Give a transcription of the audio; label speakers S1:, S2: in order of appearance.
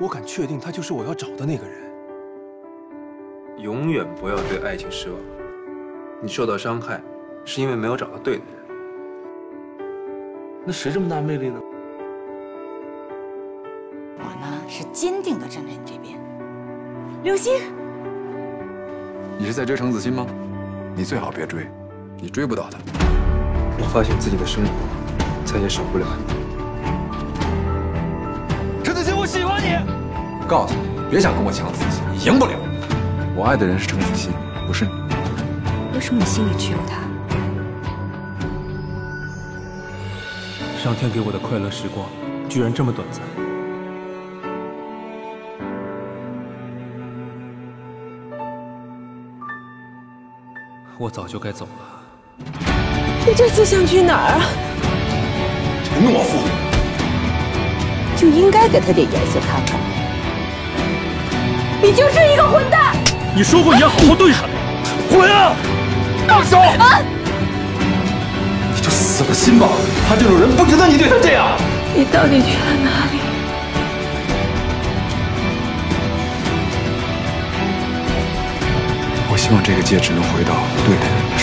S1: 我敢确定他就是我要找的那个人。
S2: 永远不要对爱情失望。你受到伤害，是因为没有找到对的人。
S3: 那谁这么大魅力呢？
S4: 我呢是坚定的站在你这边。刘星，
S5: 你是在追程子欣吗？你最好别追，你追不到他。
S2: 我发现自己的生活再也少不了你。
S3: 陈子欣，我喜欢你。
S5: 告诉你，别想跟我抢子欣，你赢不了。我爱的人是程子欣，不是你。
S6: 为什么你心里只有他？
S1: 上天给我的快乐时光，居然这么短暂。我早就该走了。
S7: 你这次想去哪儿啊？
S5: 承诺付给
S7: 就应该给他点颜色看看。你就是一个混蛋！
S3: 你说过你要好好对他的，滚啊！
S5: 放手，你就死了心吧。他这种人不值得你对他这样。
S7: 你到底去了哪里？
S5: 我希望这个戒指能回到对的人。